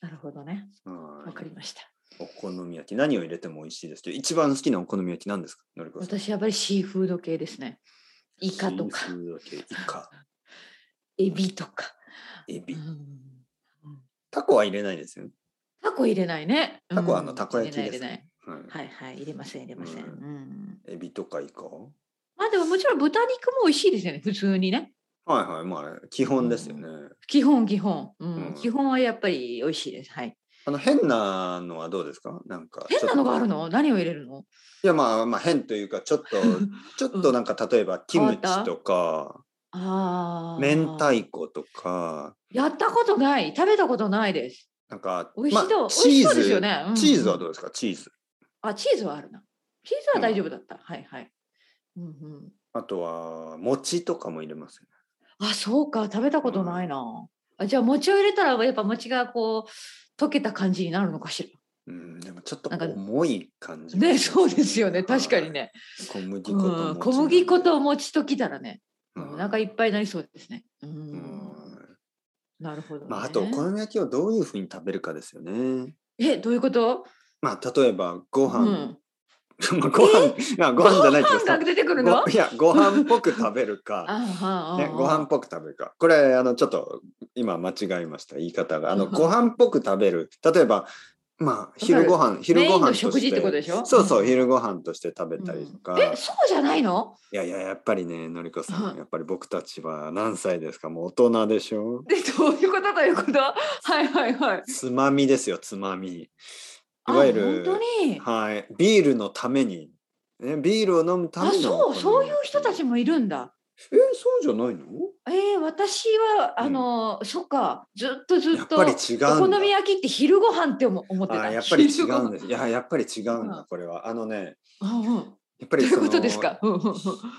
[SPEAKER 2] なるほどね。
[SPEAKER 1] はい
[SPEAKER 2] わかりました。
[SPEAKER 1] お好み焼き何を入れても美味しいですけど一番好きなお好み焼き何ですかのりこさん
[SPEAKER 2] 私やっぱりシーフード系ですね。イカとか
[SPEAKER 1] シー、フード系イカ
[SPEAKER 2] エビとか。
[SPEAKER 1] エビ
[SPEAKER 2] うん
[SPEAKER 1] タコは入れないですよね
[SPEAKER 2] タコ入れないね。
[SPEAKER 1] タコはあの
[SPEAKER 2] うん
[SPEAKER 1] たこ焼きです
[SPEAKER 2] 入れない入れない
[SPEAKER 1] はい
[SPEAKER 2] はいはい、入れません、入れません。
[SPEAKER 1] う
[SPEAKER 2] うんん。
[SPEAKER 1] エビとかイカ
[SPEAKER 2] まあでももちろん豚肉も美味しいですよね、普通にね。
[SPEAKER 1] はいはいまあ基本ですよね、
[SPEAKER 2] 基本、基本。うん。
[SPEAKER 1] うん
[SPEAKER 2] 基本はやっぱり美味しいです。はい。
[SPEAKER 1] あの変なのはどうですかなんか
[SPEAKER 2] 変なのがある
[SPEAKER 1] の
[SPEAKER 2] の何を入れるの
[SPEAKER 1] いやまあまあ変というかちょっ とちょっとなんか例えばキムチとか
[SPEAKER 2] ああ。
[SPEAKER 1] 明。太子とか
[SPEAKER 2] やったことない。食べたことないです。
[SPEAKER 1] なんか
[SPEAKER 2] 美味しそう、
[SPEAKER 1] まあ、
[SPEAKER 2] 美
[SPEAKER 1] チ
[SPEAKER 2] 味
[SPEAKER 1] ー
[SPEAKER 2] しそう
[SPEAKER 1] ズ
[SPEAKER 2] ですよね。うん
[SPEAKER 1] チーズはどうですかチーズ
[SPEAKER 2] あ、チーズはあるな。チーズは大丈夫だった。はいはい。うんうん。
[SPEAKER 1] あとは餅とかも入れますよね
[SPEAKER 2] あ、そうか。食べたことないな。あじゃあ餅を入れたらやっぱ餅がこう溶けた感じになるのかしら。
[SPEAKER 1] うん、でもちょっと
[SPEAKER 2] なんか
[SPEAKER 1] 重い感じ
[SPEAKER 2] ね、そうですよね。確かにね。
[SPEAKER 1] 小麦粉と
[SPEAKER 2] うん
[SPEAKER 1] 餅
[SPEAKER 2] 小麦粉と餅ときたらね、
[SPEAKER 1] う
[SPEAKER 2] お
[SPEAKER 1] ん
[SPEAKER 2] 腹いっぱいになりそうですね。うん
[SPEAKER 1] うん
[SPEAKER 2] なるほど、ね。
[SPEAKER 1] まあ、あとお好み焼きをどういうふうに食べるかですよね。
[SPEAKER 2] え、どういうこと？
[SPEAKER 1] まあ例えばご
[SPEAKER 2] う
[SPEAKER 1] 飯、
[SPEAKER 2] ん、
[SPEAKER 1] まあご飯、まあご飯じゃないけど
[SPEAKER 2] ご飯が
[SPEAKER 1] さ
[SPEAKER 2] 出てくるの？
[SPEAKER 1] ごいやご飯っぽく食べる
[SPEAKER 2] あ
[SPEAKER 1] か、
[SPEAKER 2] は
[SPEAKER 1] ね、ご飯っぽく食べるかこれあのちょっと今間違えました言い方があの
[SPEAKER 2] うん
[SPEAKER 1] ご飯っぽく食べる例えばまあ昼ご飯昼
[SPEAKER 2] 昼
[SPEAKER 1] ご
[SPEAKER 2] ご飯メイン
[SPEAKER 1] 飯
[SPEAKER 2] の
[SPEAKER 1] と
[SPEAKER 2] 食事
[SPEAKER 1] し
[SPEAKER 2] ってこと
[SPEAKER 1] て
[SPEAKER 2] でしょ？
[SPEAKER 1] そうそう
[SPEAKER 2] 昼
[SPEAKER 1] 昼ご飯として食べたりとか、
[SPEAKER 2] え、そうじゃないの？
[SPEAKER 1] いやいややっぱりねのりこさ
[SPEAKER 2] うんん
[SPEAKER 1] やっぱり僕たちは何歳ですかもう大人でしょ
[SPEAKER 2] で、どういうことということ？はいはいはい。
[SPEAKER 1] つまみですよつまみ。い
[SPEAKER 2] あ
[SPEAKER 1] わゆる
[SPEAKER 2] 本当に。
[SPEAKER 1] はい、ビールのために、ね、ビールを飲むた
[SPEAKER 2] あ、
[SPEAKER 1] めの
[SPEAKER 2] そうそういう人た
[SPEAKER 1] え
[SPEAKER 2] ちもいるんだ。
[SPEAKER 1] そうじゃないの
[SPEAKER 2] えー、私はあの、そっかずっとず
[SPEAKER 1] や
[SPEAKER 2] っ
[SPEAKER 1] っ
[SPEAKER 2] と
[SPEAKER 1] ぱり違うんだ
[SPEAKER 2] お好み焼きって昼ご飯って思思ってた。
[SPEAKER 1] あやっぱり違
[SPEAKER 2] 昼ご
[SPEAKER 1] うん
[SPEAKER 2] 飯
[SPEAKER 1] ですいややっぱり違うん
[SPEAKER 2] う
[SPEAKER 1] だ
[SPEAKER 2] ん
[SPEAKER 1] これはあのね
[SPEAKER 2] うんうん
[SPEAKER 1] やっぱ
[SPEAKER 2] どう
[SPEAKER 1] り
[SPEAKER 2] いう
[SPEAKER 1] その
[SPEAKER 2] ことですか。うんうんうん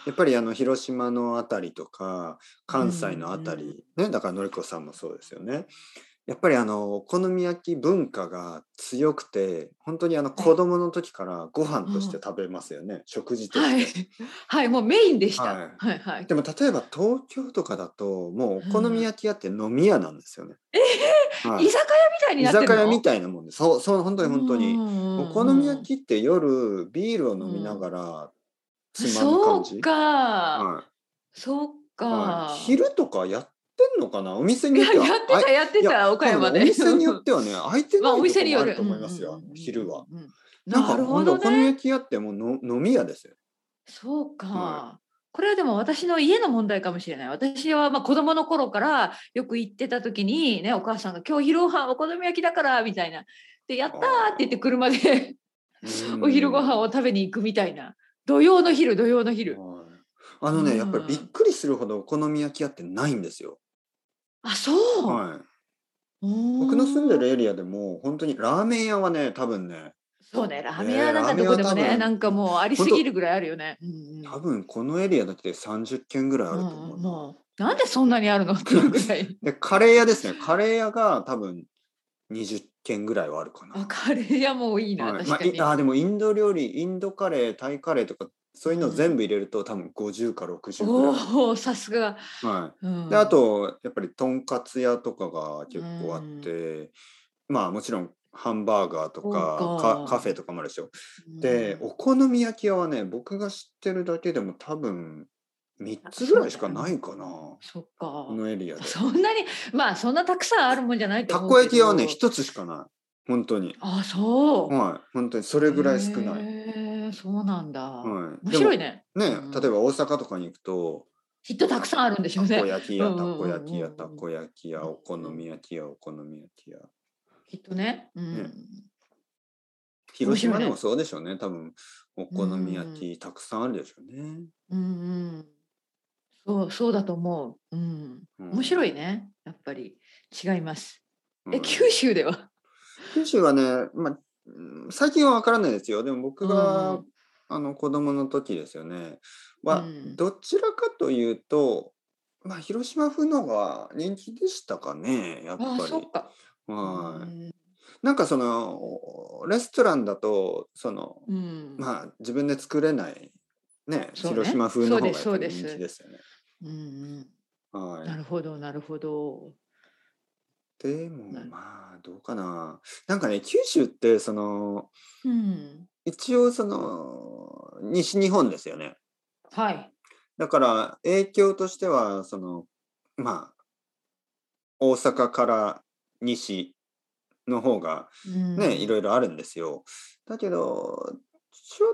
[SPEAKER 1] やっぱりあの広島のあたりとか関西のあたり、ね、だからのりこさんもそうですよねやっぱりあのお好み焼き文化が強くて本当にあの子供の時からご飯として食べますよね、食事として。
[SPEAKER 2] はい、はい、もうメインでした。
[SPEAKER 1] は
[SPEAKER 2] はいい、はい、はい。
[SPEAKER 1] でも例えば東京とかだともうお好み焼き屋って飲み屋なんですよね。はい
[SPEAKER 2] 居酒屋みたいに
[SPEAKER 1] 居
[SPEAKER 2] なってる
[SPEAKER 1] 酒
[SPEAKER 2] の。
[SPEAKER 1] 屋みたいなもんでそうそう本当に本当に、
[SPEAKER 2] に
[SPEAKER 1] お好み焼きって夜ビールを飲みながらつまむ感じ、
[SPEAKER 2] そうか、
[SPEAKER 1] は
[SPEAKER 2] そうか、
[SPEAKER 1] いはい、昼とかやってんのかなお店
[SPEAKER 2] い
[SPEAKER 1] によっ
[SPEAKER 2] や、
[SPEAKER 1] ては
[SPEAKER 2] やってた、
[SPEAKER 1] あい
[SPEAKER 2] やって
[SPEAKER 1] や
[SPEAKER 2] た、岡山で。
[SPEAKER 1] 多分お店によって はね空いて
[SPEAKER 2] ま
[SPEAKER 1] な
[SPEAKER 2] あ、
[SPEAKER 1] いとこ
[SPEAKER 2] お店に
[SPEAKER 1] もあ
[SPEAKER 2] よ
[SPEAKER 1] る
[SPEAKER 2] る
[SPEAKER 1] と思いますよ、
[SPEAKER 2] うんうんうんうん
[SPEAKER 1] 昼は。
[SPEAKER 2] うん
[SPEAKER 1] なん
[SPEAKER 2] な
[SPEAKER 1] か
[SPEAKER 2] るほ
[SPEAKER 1] 本当
[SPEAKER 2] ど
[SPEAKER 1] お好み
[SPEAKER 2] ね。
[SPEAKER 1] 焼き屋ってもうの飲み屋ですよ。
[SPEAKER 2] そうか。
[SPEAKER 1] は
[SPEAKER 2] これはでも私の家の問題かもしれない。私はまあ子供の頃からよく行ってた時にね、お母さんが今日昼ご飯お好み焼きだからみたいな。で、やったーって言って車でお昼ご飯を食べに行くみたいな土曜の昼土曜の昼
[SPEAKER 1] はいあのね、
[SPEAKER 2] うん
[SPEAKER 1] やっぱりびっくりするほどお好み焼き屋ってないんですよ。
[SPEAKER 2] あそう、
[SPEAKER 1] はい。
[SPEAKER 2] うーん
[SPEAKER 1] 僕の住んでるエリアでも本当にラーメン屋はね、多分ね、
[SPEAKER 2] そうねラーメン屋なんか
[SPEAKER 1] ね
[SPEAKER 2] どこでも
[SPEAKER 1] ラーメン屋多
[SPEAKER 2] ね
[SPEAKER 1] 分
[SPEAKER 2] なんかもうありすぎるぐらいあるよね
[SPEAKER 1] 多分このエリアだけで30軒ぐらいあ
[SPEAKER 2] うん
[SPEAKER 1] る
[SPEAKER 2] う
[SPEAKER 1] と
[SPEAKER 2] ん
[SPEAKER 1] 思う。
[SPEAKER 2] うんもうなんでそんなにあ るのっていうぐらい
[SPEAKER 1] で、カレー屋ですね。カレー屋が多分20軒ぐらいはあるかな。
[SPEAKER 2] あカレー屋もいいな、
[SPEAKER 1] はいま
[SPEAKER 2] 確
[SPEAKER 1] あ
[SPEAKER 2] か
[SPEAKER 1] い
[SPEAKER 2] に、
[SPEAKER 1] あーでもインド料理、インドカレー、タイカレーとかそういうのを全部入れると多分50か60ぐらい。
[SPEAKER 2] おおさすが、
[SPEAKER 1] は
[SPEAKER 2] う
[SPEAKER 1] い。
[SPEAKER 2] ん
[SPEAKER 1] で、あとやっぱりとんかつ屋とかが結構あって、まあもちろんハンバーガーとか
[SPEAKER 2] そう
[SPEAKER 1] か
[SPEAKER 2] か
[SPEAKER 1] カフェとかもあるでしょ。で、
[SPEAKER 2] うん
[SPEAKER 1] お好み焼き屋はね僕が知ってるだけでも多分3つぐらいしかないかな、
[SPEAKER 2] そっか
[SPEAKER 1] こ。のエリアで。
[SPEAKER 2] そんなに、まあそんなたくさんあるもんじゃないと
[SPEAKER 1] た
[SPEAKER 2] 思う
[SPEAKER 1] こ焼きはね、
[SPEAKER 2] けど
[SPEAKER 1] 1つしかない。本当に。
[SPEAKER 2] あ、そう。
[SPEAKER 1] はい。本当に、それぐらい少ない。
[SPEAKER 2] へえそうなんだ。
[SPEAKER 1] はい、
[SPEAKER 2] 面白い
[SPEAKER 1] ね
[SPEAKER 2] ね。
[SPEAKER 1] ね、
[SPEAKER 2] うん
[SPEAKER 1] 例えば大阪とかに行くと、
[SPEAKER 2] きっとたくさんあるんでしょう
[SPEAKER 1] たこ
[SPEAKER 2] ね。
[SPEAKER 1] 焼き屋、
[SPEAKER 2] う
[SPEAKER 1] た
[SPEAKER 2] んうんうん
[SPEAKER 1] こ焼き屋、
[SPEAKER 2] うん
[SPEAKER 1] たこ焼き屋、お好み焼き屋、お好み焼き屋。
[SPEAKER 2] きっとね。うん。
[SPEAKER 1] ね広島でもそうでしょうね。多分、お好み焼きたくさんあるでしょうね。
[SPEAKER 2] うんうん。そうそうだと思う。うん。面白
[SPEAKER 1] い。
[SPEAKER 2] いね。やっぱり違います。
[SPEAKER 1] うん
[SPEAKER 2] え九州では。
[SPEAKER 1] 九州はね、まあ、うん最近は分からないですよ。でも僕が、
[SPEAKER 2] うん
[SPEAKER 1] あの子供の時ですよね。は、
[SPEAKER 2] うん
[SPEAKER 1] どちらかというと、まあ、広島風のが人気でしたかね、やっぱ
[SPEAKER 2] ああそ
[SPEAKER 1] り
[SPEAKER 2] っ。か。
[SPEAKER 1] は
[SPEAKER 2] う
[SPEAKER 1] い。
[SPEAKER 2] ん
[SPEAKER 1] なんかその、おレストランだと、その、
[SPEAKER 2] うん。
[SPEAKER 1] まあ、自分で作れない、ね、
[SPEAKER 2] そうね
[SPEAKER 1] 広島風の方がやっ
[SPEAKER 2] そ
[SPEAKER 1] ぱ
[SPEAKER 2] うで
[SPEAKER 1] り
[SPEAKER 2] す
[SPEAKER 1] 人
[SPEAKER 2] そうです
[SPEAKER 1] 気ですよね。
[SPEAKER 2] うんうん。な
[SPEAKER 1] はい。
[SPEAKER 2] るほどなるほど。
[SPEAKER 1] でも
[SPEAKER 2] な、る
[SPEAKER 1] まあ、どうかな。なんかね、九州って、その、
[SPEAKER 2] うん。
[SPEAKER 1] 一応その西日本ですよね
[SPEAKER 2] はい。
[SPEAKER 1] だから影響としてはそのまあ大阪から西の方が
[SPEAKER 2] うん
[SPEAKER 1] ね、いろいろあるんですよだけどちょ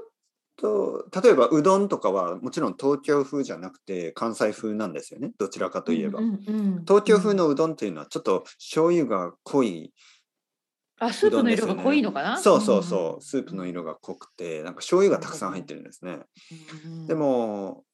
[SPEAKER 1] っと例えばうどんとかはもちろん東京風じゃなくて関西風なんですよねどちらかといえば、
[SPEAKER 2] うんうんうん
[SPEAKER 1] 東京風のうどんっていうのはちょっと醤油が濃い
[SPEAKER 2] あスープの色が濃いのかな。
[SPEAKER 1] そうそうそうスープの色
[SPEAKER 2] が。
[SPEAKER 1] が濃くてなんか醤油がたくさん入ってるんですね
[SPEAKER 2] うん
[SPEAKER 1] でも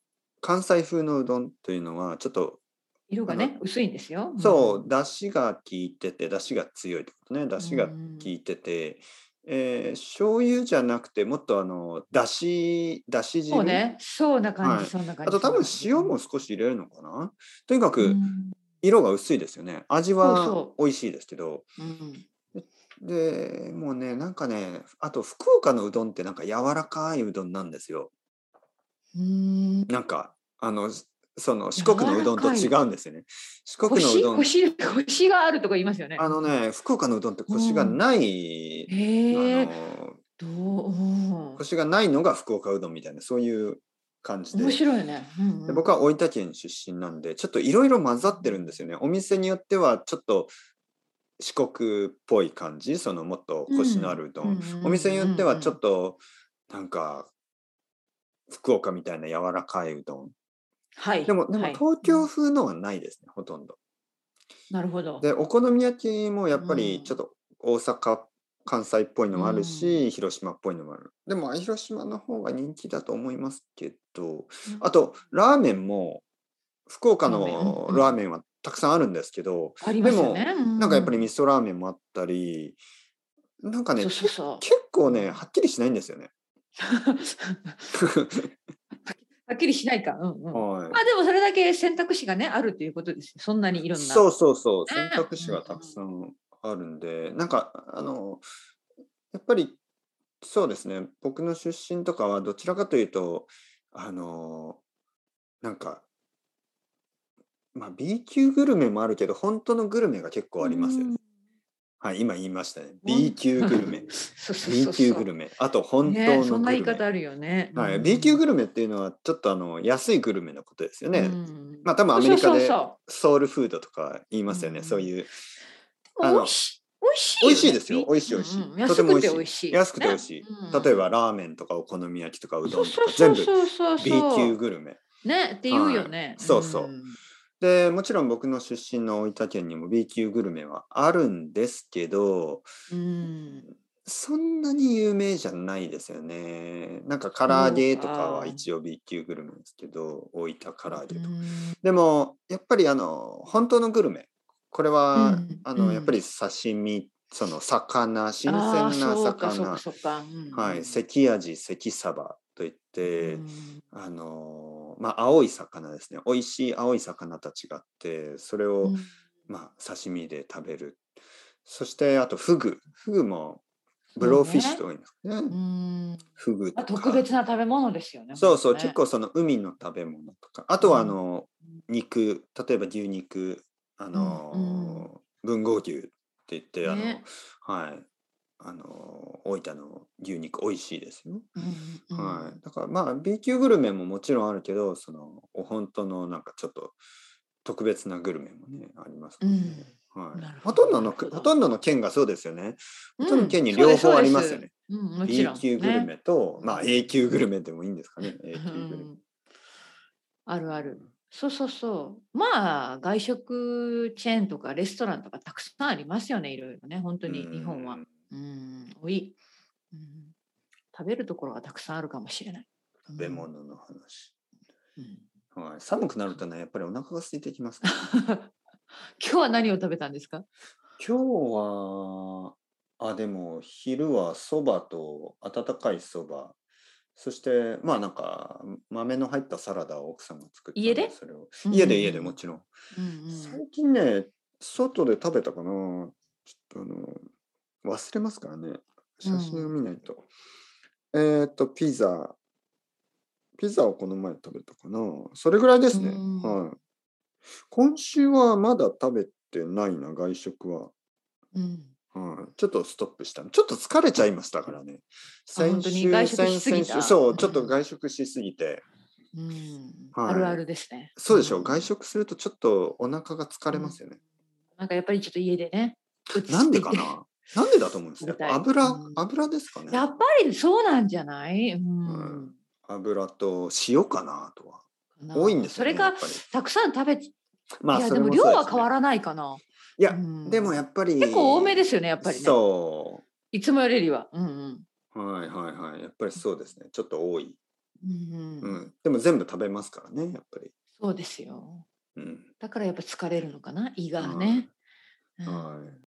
[SPEAKER 1] 関西風のうどんというのはちょっと
[SPEAKER 2] 色がね薄いんですよ。
[SPEAKER 1] そう、
[SPEAKER 2] ん。
[SPEAKER 1] 出汁が効いてて出汁が強いってことね出汁が効いてて、えー醤油じゃなくてもっとあの出汁出汁汁
[SPEAKER 2] そうね。そうな感
[SPEAKER 1] は
[SPEAKER 2] じ、
[SPEAKER 1] い
[SPEAKER 2] そんな
[SPEAKER 1] あ
[SPEAKER 2] 感じ。
[SPEAKER 1] と多分塩も少し入れるのかなとにか
[SPEAKER 2] う
[SPEAKER 1] く
[SPEAKER 2] ん。
[SPEAKER 1] 色が薄いですよね味
[SPEAKER 2] そう
[SPEAKER 1] は
[SPEAKER 2] そ
[SPEAKER 1] 美味しいですけど
[SPEAKER 2] うん。
[SPEAKER 1] でもうねなんかねあと福岡のうどんってなんか柔らかいうどんなんですよ
[SPEAKER 2] うん。
[SPEAKER 1] なんかあのその四国のうどんと違うんですよね四国のう
[SPEAKER 2] 腰
[SPEAKER 1] どん
[SPEAKER 2] 腰腰があるとか言いますよね。
[SPEAKER 1] あのね、福岡のうどんってコシがない、
[SPEAKER 2] へ
[SPEAKER 1] あ
[SPEAKER 2] え。
[SPEAKER 1] の
[SPEAKER 2] どううん。
[SPEAKER 1] コシがないのが福岡うどんみたいなそういう感じで
[SPEAKER 2] 面白いね。うんうん
[SPEAKER 1] で僕は大分県出身なんでちょっといろいろ混ざってるんですよねお店によってはちょっと四国っぽい感じそのもっとコシのあるうどん、お店によってはちょっ
[SPEAKER 2] と。
[SPEAKER 1] となんか福岡みたいな柔らかいうどん
[SPEAKER 2] はい。
[SPEAKER 1] でもでも
[SPEAKER 2] はい
[SPEAKER 1] 東京風のはないですね、ほとんど
[SPEAKER 2] なるほど。
[SPEAKER 1] でお好み焼きもやっぱ
[SPEAKER 2] う
[SPEAKER 1] り
[SPEAKER 2] ん
[SPEAKER 1] ちょっと大阪、関西っぽいのもあるし、広島っぽいのもあるでも広島の方が人気だと思いますけどあとラーメンも福岡の
[SPEAKER 2] ラーメンうんうん
[SPEAKER 1] ラーメンはたくさんあるんですけど、
[SPEAKER 2] ありますよね。う
[SPEAKER 1] なんかやっぱり味噌ラーメンもあったりなんかね
[SPEAKER 2] そうそ うそう。
[SPEAKER 1] 結構ねはっきりしないんですよね。
[SPEAKER 2] はっきりしないか。うんうん。
[SPEAKER 1] はい
[SPEAKER 2] まあでもそれだけ選択肢がねあるということですよ。そんなにいろんな。
[SPEAKER 1] そうそうそう
[SPEAKER 2] ね
[SPEAKER 1] 選択肢がたくさんあるんで、なんかあのやっぱりそうですね僕の出身とかはどちらかというとあのなんか、まあ、B 級グルメもあるけど本当のグルメが結構ありますよ
[SPEAKER 2] うん
[SPEAKER 1] ね。はい今言いましたね
[SPEAKER 2] ほん
[SPEAKER 1] B 級グルメ
[SPEAKER 2] そうそう
[SPEAKER 1] B
[SPEAKER 2] そう
[SPEAKER 1] 級グルメあと本当のグルメ、
[SPEAKER 2] ね、そんな言い方あるよね。
[SPEAKER 1] は
[SPEAKER 2] う
[SPEAKER 1] い、
[SPEAKER 2] ん
[SPEAKER 1] B 級グルメっていうのはちょっとあの安いグルメのことですよね。
[SPEAKER 2] うん
[SPEAKER 1] まあ多分アメリカ
[SPEAKER 2] そう
[SPEAKER 1] で
[SPEAKER 2] そうそ
[SPEAKER 1] ソウルフードとか言いますよね、
[SPEAKER 2] うん
[SPEAKER 1] そういう
[SPEAKER 2] う
[SPEAKER 1] あの
[SPEAKER 2] 美味しい。美味しいよね。
[SPEAKER 1] 美味しいですよ美味しい美味しい
[SPEAKER 2] うんうん
[SPEAKER 1] とても美味しい
[SPEAKER 2] 安くて美味しい。
[SPEAKER 1] 安くて美味しい、
[SPEAKER 2] うん
[SPEAKER 1] 例えばラーメンとかお好み焼きとかうど
[SPEAKER 2] そう
[SPEAKER 1] と
[SPEAKER 2] んそう
[SPEAKER 1] か
[SPEAKER 2] そ
[SPEAKER 1] 全
[SPEAKER 2] う
[SPEAKER 1] 部
[SPEAKER 2] そうそう
[SPEAKER 1] B 級グルメ
[SPEAKER 2] ねって言うよね。
[SPEAKER 1] はいそうそうんでもちろん僕の出身の大分県にも B 級グルメはあるんですけど
[SPEAKER 2] うん。
[SPEAKER 1] そんなに有名じゃないですよねなんか唐揚げとかは一応 B 級グルメですけど大分唐揚げとか、でもやっぱりあの本当のグルメこれは、
[SPEAKER 2] うん
[SPEAKER 1] あ
[SPEAKER 2] う
[SPEAKER 1] の
[SPEAKER 2] ん
[SPEAKER 1] やっぱり刺身その魚新鮮
[SPEAKER 2] あー
[SPEAKER 1] な
[SPEAKER 2] そうかそう
[SPEAKER 1] 魚
[SPEAKER 2] かそうか。うん
[SPEAKER 1] はい、関味関サバといって、
[SPEAKER 2] うん
[SPEAKER 1] あのーまあ青い魚ですね美味しい青い魚たちがあってそれを、
[SPEAKER 2] うん
[SPEAKER 1] まあ刺身で食べるそしてあとフグフグもブローフィッシュとか言いますね
[SPEAKER 2] うん
[SPEAKER 1] フグ
[SPEAKER 2] ま
[SPEAKER 1] と
[SPEAKER 2] あ
[SPEAKER 1] か
[SPEAKER 2] 特別な食べ物ですよね。
[SPEAKER 1] そうそう、
[SPEAKER 2] 本当ね
[SPEAKER 1] 結構その海の食べ物とかあとはあ
[SPEAKER 2] うん
[SPEAKER 1] の肉例えば牛肉あのー
[SPEAKER 2] うん
[SPEAKER 1] 文豪牛って言ってあの、
[SPEAKER 2] ね
[SPEAKER 1] はいあの大分の牛肉美味しいですよ。
[SPEAKER 2] うんうん
[SPEAKER 1] はい、だからまあ B 級グルメももちろんあるけどそのお本当のなんかちょっと特別なグルメもねありますので、は
[SPEAKER 2] なる
[SPEAKER 1] い、
[SPEAKER 2] ほ
[SPEAKER 1] ほ
[SPEAKER 2] ど
[SPEAKER 1] とんどの
[SPEAKER 2] なるほ
[SPEAKER 1] く
[SPEAKER 2] ど
[SPEAKER 1] ほとんどの県がそうですよね。
[SPEAKER 2] うん
[SPEAKER 1] ほとんどの県に両方ありますよね。。
[SPEAKER 2] うんそうです
[SPEAKER 1] B
[SPEAKER 2] そうですう
[SPEAKER 1] 級
[SPEAKER 2] んも
[SPEAKER 1] グ
[SPEAKER 2] ちろ
[SPEAKER 1] ル
[SPEAKER 2] ん、ね
[SPEAKER 1] メと、まあ A 級グルメでもいいんですかね。A 級グルメ
[SPEAKER 2] う。んあるある。そうそうそう。まあ外食チェーンとかレストランとかたくさんありますよねいろいろね本当に日本は
[SPEAKER 1] う。ん
[SPEAKER 2] うん多い、うん。食べるところがたくさんあるかもしれない。
[SPEAKER 1] 食べ物の話。
[SPEAKER 2] うん。 うん
[SPEAKER 1] はい、寒くなるとねやっぱりお腹が空いてきます、ね。
[SPEAKER 2] 今日は何を食べたんですか。
[SPEAKER 1] 今日はあでも昼はそばと温かいそばそしてまあなんか豆の入ったサラダを奥さんが作って
[SPEAKER 2] 家で
[SPEAKER 1] それを家
[SPEAKER 2] う
[SPEAKER 1] で
[SPEAKER 2] んうんうん
[SPEAKER 1] 家でもちろん、
[SPEAKER 2] うん
[SPEAKER 1] 最近ね外で食べたかなちょっとあの忘れますからね写真を見ないと、えーっとピザピザをこの前食べたかなそれぐらいですね、
[SPEAKER 2] うん
[SPEAKER 1] はい今週はまだ食べてないな外食は
[SPEAKER 2] うんうん。
[SPEAKER 1] うんちょっとストップした。ちょっと疲れちゃいましたからね。
[SPEAKER 2] 本当に外食しすぎた
[SPEAKER 1] 先々週そうう、
[SPEAKER 2] ん
[SPEAKER 1] ちょっと外食しすぎて。
[SPEAKER 2] うん
[SPEAKER 1] はい
[SPEAKER 2] あるあるですね。
[SPEAKER 1] そうでしょ
[SPEAKER 2] ん
[SPEAKER 1] う、外食するとちょっとお腹が疲れますよね。
[SPEAKER 2] なんかやっぱりちょっと家でね。落ち着いて
[SPEAKER 1] なんでかななんでだと思うんです
[SPEAKER 2] 食
[SPEAKER 1] よ
[SPEAKER 2] べたい。
[SPEAKER 1] 油
[SPEAKER 2] うん、
[SPEAKER 1] 油ですか
[SPEAKER 2] や
[SPEAKER 1] ね
[SPEAKER 2] っ。ぱりそうなんじゃない。うん。
[SPEAKER 1] うん油と塩かなとは。
[SPEAKER 2] かな
[SPEAKER 1] 多いんです
[SPEAKER 2] そ
[SPEAKER 1] よね。
[SPEAKER 2] れ
[SPEAKER 1] やっ
[SPEAKER 2] か
[SPEAKER 1] ぱり
[SPEAKER 2] たくさん食べ。い
[SPEAKER 1] まあ、
[SPEAKER 2] や
[SPEAKER 1] そ
[SPEAKER 2] で
[SPEAKER 1] れ
[SPEAKER 2] も
[SPEAKER 1] も
[SPEAKER 2] 量は変わ
[SPEAKER 1] ら
[SPEAKER 2] らないかな。
[SPEAKER 1] いや、
[SPEAKER 2] うん
[SPEAKER 1] でもやっぱり。
[SPEAKER 2] 結構多めですよねやっぱりね。
[SPEAKER 1] そ
[SPEAKER 2] いつもよりは。うんうん。
[SPEAKER 1] う。はいはいはい。やっぱりそうですね。ちょっと多い。
[SPEAKER 2] うん
[SPEAKER 1] う
[SPEAKER 2] うん
[SPEAKER 1] ん。でも全部食べますからね、やっぱり。
[SPEAKER 2] そうですよ。
[SPEAKER 1] うん。
[SPEAKER 2] だからやっぱ疲れるのかな胃がね。うん
[SPEAKER 1] はい。